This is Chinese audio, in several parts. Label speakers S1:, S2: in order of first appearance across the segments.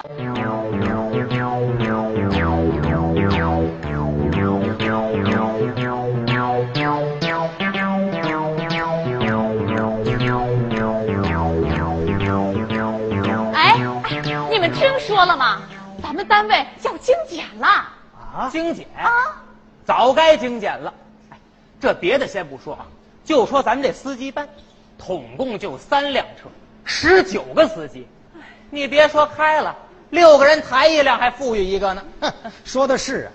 S1: 哎哎，你们听说了吗？咱们单位要精简了。
S2: 啊，精简
S1: 啊，
S2: 早该精简了。哎这别的先不说啊，就说咱们这司机班，统共就三辆车，十九个司机，你别说开了，六个人抬一辆还富裕一个呢。 哼
S3: 说的是啊，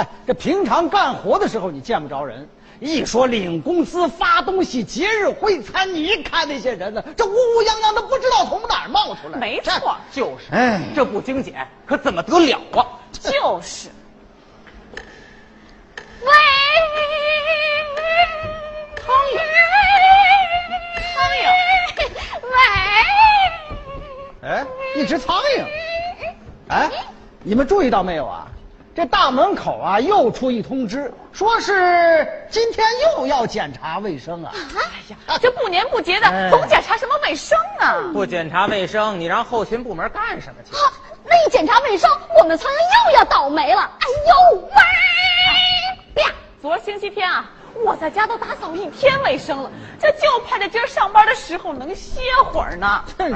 S3: 哎，这平常干活的时候你见不着人，一说领工资、发东西、节日会餐，你一看那些人呢，这乌乌泱泱的，不知道从哪儿冒出来。
S1: 没错，
S2: 就是，
S3: 哎
S2: 这不精简可怎么得了啊？
S1: 就是。喂，苍蝇，苍蝇，喂，
S3: 哎，一只苍蝇。哎，你们注意到没有啊？这大门口啊，又出一通知，说是今天又要检查卫生啊。
S1: 哎呀，这不年不节的，
S3: 哎
S1: 总检查什么卫生啊？
S2: 不检查卫生，你让后勤部门干什么去？
S4: 啊，那一检查卫生，我们苍蝇又要倒霉了。哎呦喂！呀，
S1: 昨儿星期天啊，我在家都打扫一天卫生了，这就盼着今儿上班的时候能歇会儿呢。
S2: 哎，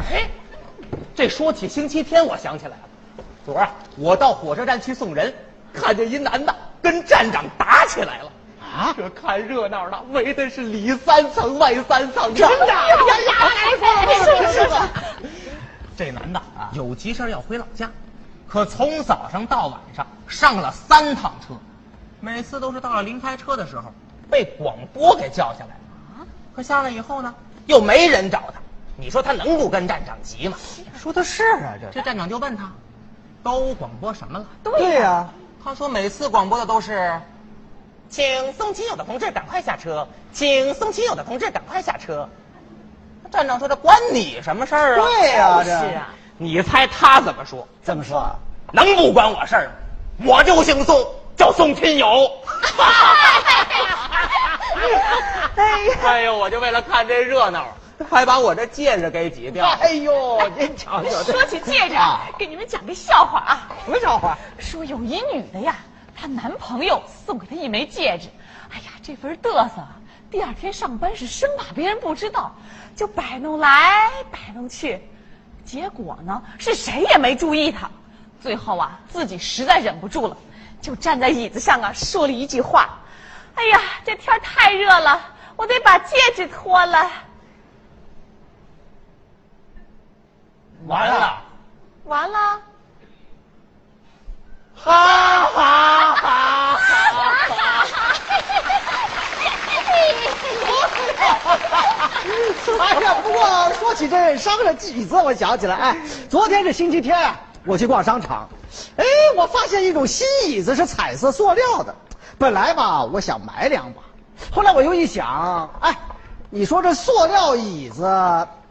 S2: 这说起星期天，我想起来了，昨儿啊，我到火车站去送人，看见一男的跟站长打起来了。
S3: 啊，
S2: 这看热闹的围的是里三层外三层，
S3: 真的
S2: 哎
S3: 呀呀
S2: 哎哎哎
S3: 是是是
S2: 这男的啊，有急事要回老家，可从早上到晚上上了三趟车，每次都是到了临开车的时候被广播给叫下来了。可下来以后呢，又没人找他，你说他能不跟站长急吗？
S3: 说的是啊，这
S2: 这站长就问他，都广播什么了？
S3: 对呀、
S2: 他说每次广播的都是，请送亲友的同志赶快下车，请送亲友的同志赶快下车。站长说这关你什么事儿啊？
S3: 对呀、这
S1: 是啊，
S2: 你猜他怎么说？
S3: 这么说啊，
S2: 能不关我事儿吗？我就姓宋，叫宋亲友。 哎呦，我就为了看这热闹，还把我这戒指给挤掉了。
S3: 哎呦，您
S2: 啊
S3: 瞧瞧，这
S1: 说起戒指
S3: 啊，
S1: 给你们讲个笑话啊。
S3: 什么笑话？
S1: 说有一女的呀，她男朋友送给她一枚戒指，哎呀，这份嘚瑟啊，第二天上班是生怕别人不知道，就摆弄来摆弄去，结果呢是谁也没注意她，最后啊自己实在忍不住了，就站在椅子上啊说了一句话：“哎呀，这天儿太热了，我得把戒指脱了。”
S2: 完了，
S1: 完了，
S2: 哈哈哈哈！
S3: 哎呀，不过说起这商人几子，我想起来，哎，昨天是星期天啊，我去逛商场，哎，我发现一种新椅子是彩色塑料的，本来吧，我想买两把，后来我又一想，哎，你说这塑料椅子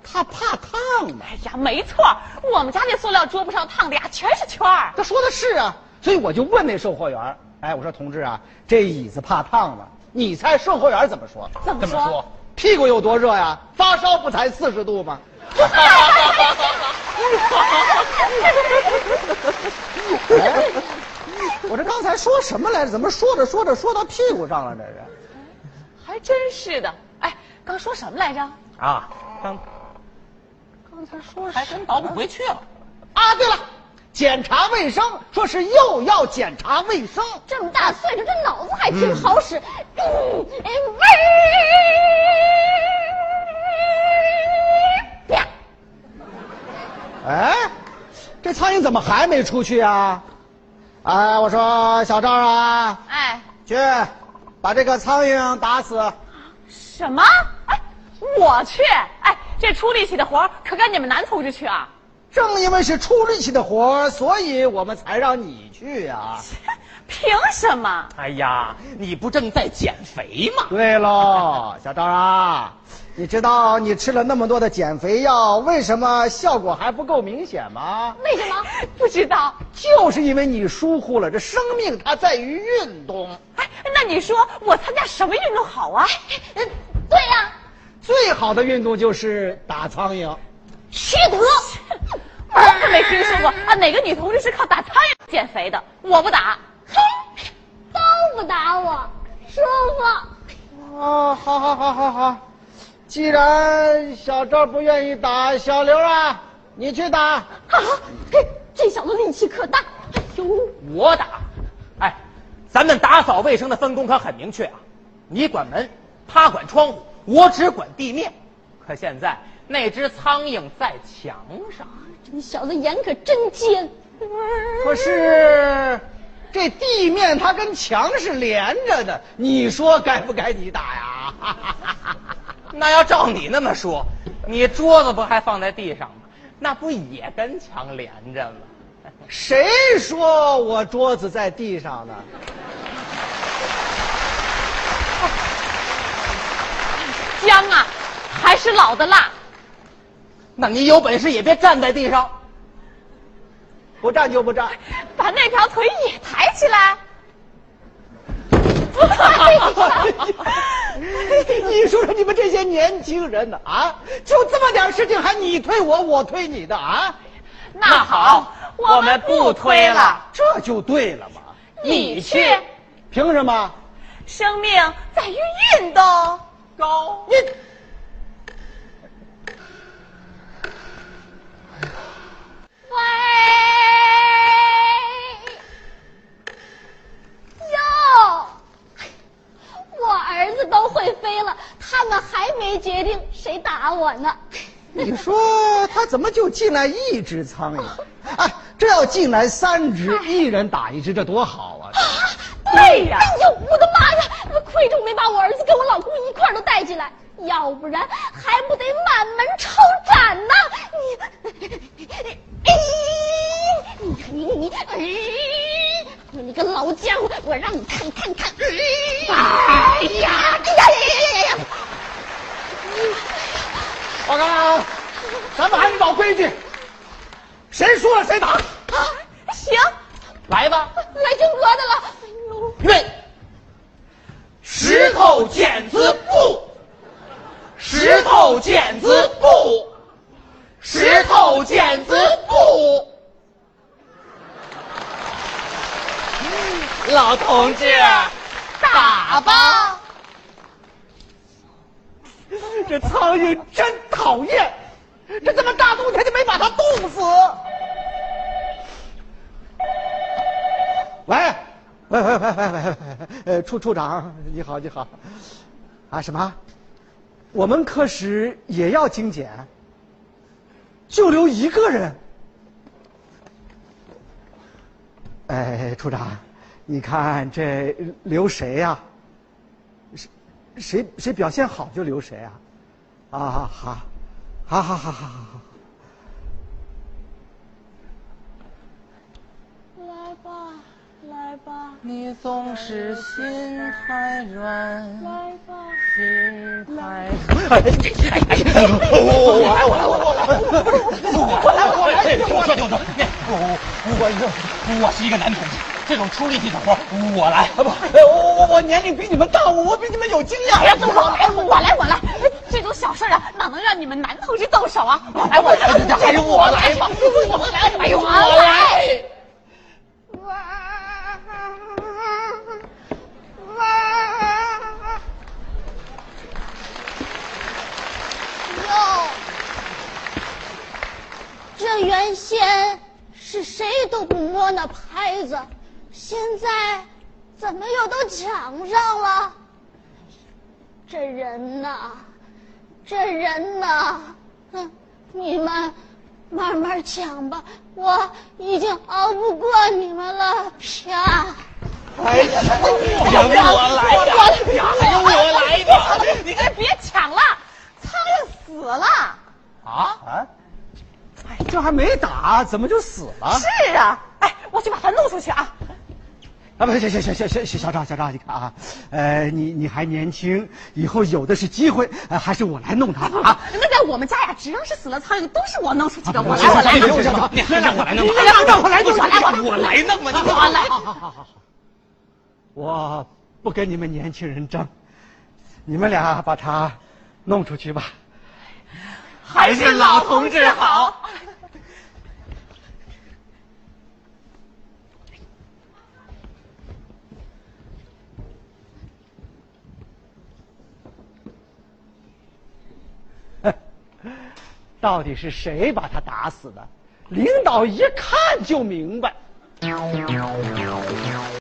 S3: 它怕烫吗？
S1: 哎呀，没错儿，我们家那塑料桌布上烫的呀，全是圈儿。
S3: 他说的是啊，所以我就问那售货员儿，哎，我说同志啊，这椅子怕烫吗？你猜售货员儿怎么说？
S1: 怎么说？
S3: 屁股有多热呀？发烧不才四十度吗？ 哎我这刚才说什么来着？怎么说着说着说到屁股上了？这是。
S1: 还真是的。哎，刚说什么来着？
S2: 啊，刚
S1: 刚才说
S2: 还真倒不回去了。
S3: 啊，对了，检查卫生，说是又要检查卫生。
S4: 这么大岁数，这脑子还挺好使。嗯哎喂！呀，
S3: 哎，这苍蝇怎么还没出去啊？哎，我说小赵啊，
S1: 哎，
S3: 去把这个苍蝇打死。
S1: 什么？哎，我去。哎，这出力气的活儿可该你们男同志去啊。
S3: 正因为是出力气的活儿，所以我们才让你去啊。
S1: 凭什么？
S2: 哎呀，你不正在减肥吗？
S3: 对喽，小赵啊，你知道你吃了那么多的减肥药，为什么效果还不够明显吗？
S4: 为什么？
S1: 不知道。
S3: 就是因为你疏忽了，这生命它在于运动。
S1: 哎，那你说我参加什么运动好啊？
S4: 嗯，对呀、
S3: 最好的运动就是打苍蝇。
S4: 缺德！
S1: 可没听说过啊，哪个女同志是靠打苍蝇减肥的？我不打。
S4: 嘿，都不打我，舒服。
S3: 哦，好好好好好，既然小赵不愿意打，小刘啊，你去打。
S4: 啊，嘿，这小子力气可大。哎呦，
S2: 我打。哎，咱们打扫卫生的分工可很明确啊，你管门，他管窗户，我只管地面。可现在那只苍蝇在墙上，
S4: 这小子眼可真尖。
S3: 可是这地面它跟墙是连着的，你说该不该你打呀？
S2: 那要照你那么说，你桌子不还放在地上吗？那不也跟墙连着吗？
S3: 谁说我桌子在地上呢？
S1: 姜啊，还是老的辣。
S2: 那你有本事也别站在地上。
S3: 不站就不站。
S1: 把那条腿也抬起来。
S3: 你说说你们这些年轻人呢啊，就这么点事情还你推我，我推你的啊？
S1: 那好，我们不推了，
S3: 这就对了嘛？
S1: 你去。
S3: 凭什么？
S1: 生命在于运动。
S2: 高
S3: 你
S4: 喂，哟，哦我儿子都会飞了，他们还没决定谁打我呢。啊
S3: 你说他怎么就进来一只苍蝇？哎，这要进来三只，一人打一只，这多好啊！
S4: 哎
S1: 对呀、
S4: 哎呦，我的妈呀！亏着没把我儿子跟我老公一块儿都带进来，要不然还不得满门抄斩呢！你，哎，你看你你，哎，你个老家伙，我让你看看看！哎呀，哎呀呀呀呀呀！
S3: 我看啊，咱们还是老规矩，谁输了谁打。
S4: 啊，行，
S2: 来吧，
S4: 来真格的了。哎呦，
S2: 预备，石头剪子布，石头剪子布，石头剪子布。老同志，啊打吧！
S3: 这苍蝇真讨厌，这这么大冬天就没把它冻死。喂，喂喂喂喂喂喂，呃，处处长你好你好，啊什么？我们科室也要精简，就留一个人。哎，处长，你看这留谁呀、谁谁表现好就留谁啊！啊，好，好好好好好好。
S1: 来吧，来吧，
S2: 你总是心太软，
S4: 哎
S1: 来吧。
S2: 心太软。
S3: 我来，我来，我来，我来，我来，我来，
S2: 我说就说，我我我我是一个男同志，这种出力气的活我来。
S3: 不，我我我年龄比你们大，我我比你们有经验。
S1: 哎呀，动手！哎，我来，我来。这种小事儿啊，哪能让你们男同志动手啊？我来，我来，
S2: 还是我来吧，
S1: 我来，哎呦，我来。
S4: 哟，这原先是谁都不摸那拍子，现在怎么又都抢上了？这人呐，这人呐，哼，你们慢慢抢吧，我已经熬不过你们了，啪！
S3: 哎呀，
S2: 让我来吧，让我来吧。
S1: 你该别抢了，苍蝇死了。
S2: 啊
S3: 啊！哎，这还没打，怎么就死了？
S1: 是啊，哎，我去把它弄出去啊。
S3: 啊，不，行行行行行，小赵小赵，你看啊，呃，你你还年轻，以后有的是机会，呃还是我来弄他吧啊！
S1: 那在我们家呀，只要是死了苍蝇，都是我弄出去的。我来，
S3: 行
S1: 我来，
S3: 行
S1: 我
S3: 行
S1: 来
S3: 行，
S2: 你还让我来弄吧，
S3: 让我来弄，
S1: 我来，我来，
S2: 我来弄吧，
S1: 我来。
S3: 好好好好，我不跟你们年轻人争，你们俩把他弄出去吧。
S2: 还是老同志好。
S3: 到底是谁把他打死的？领导一看就明白。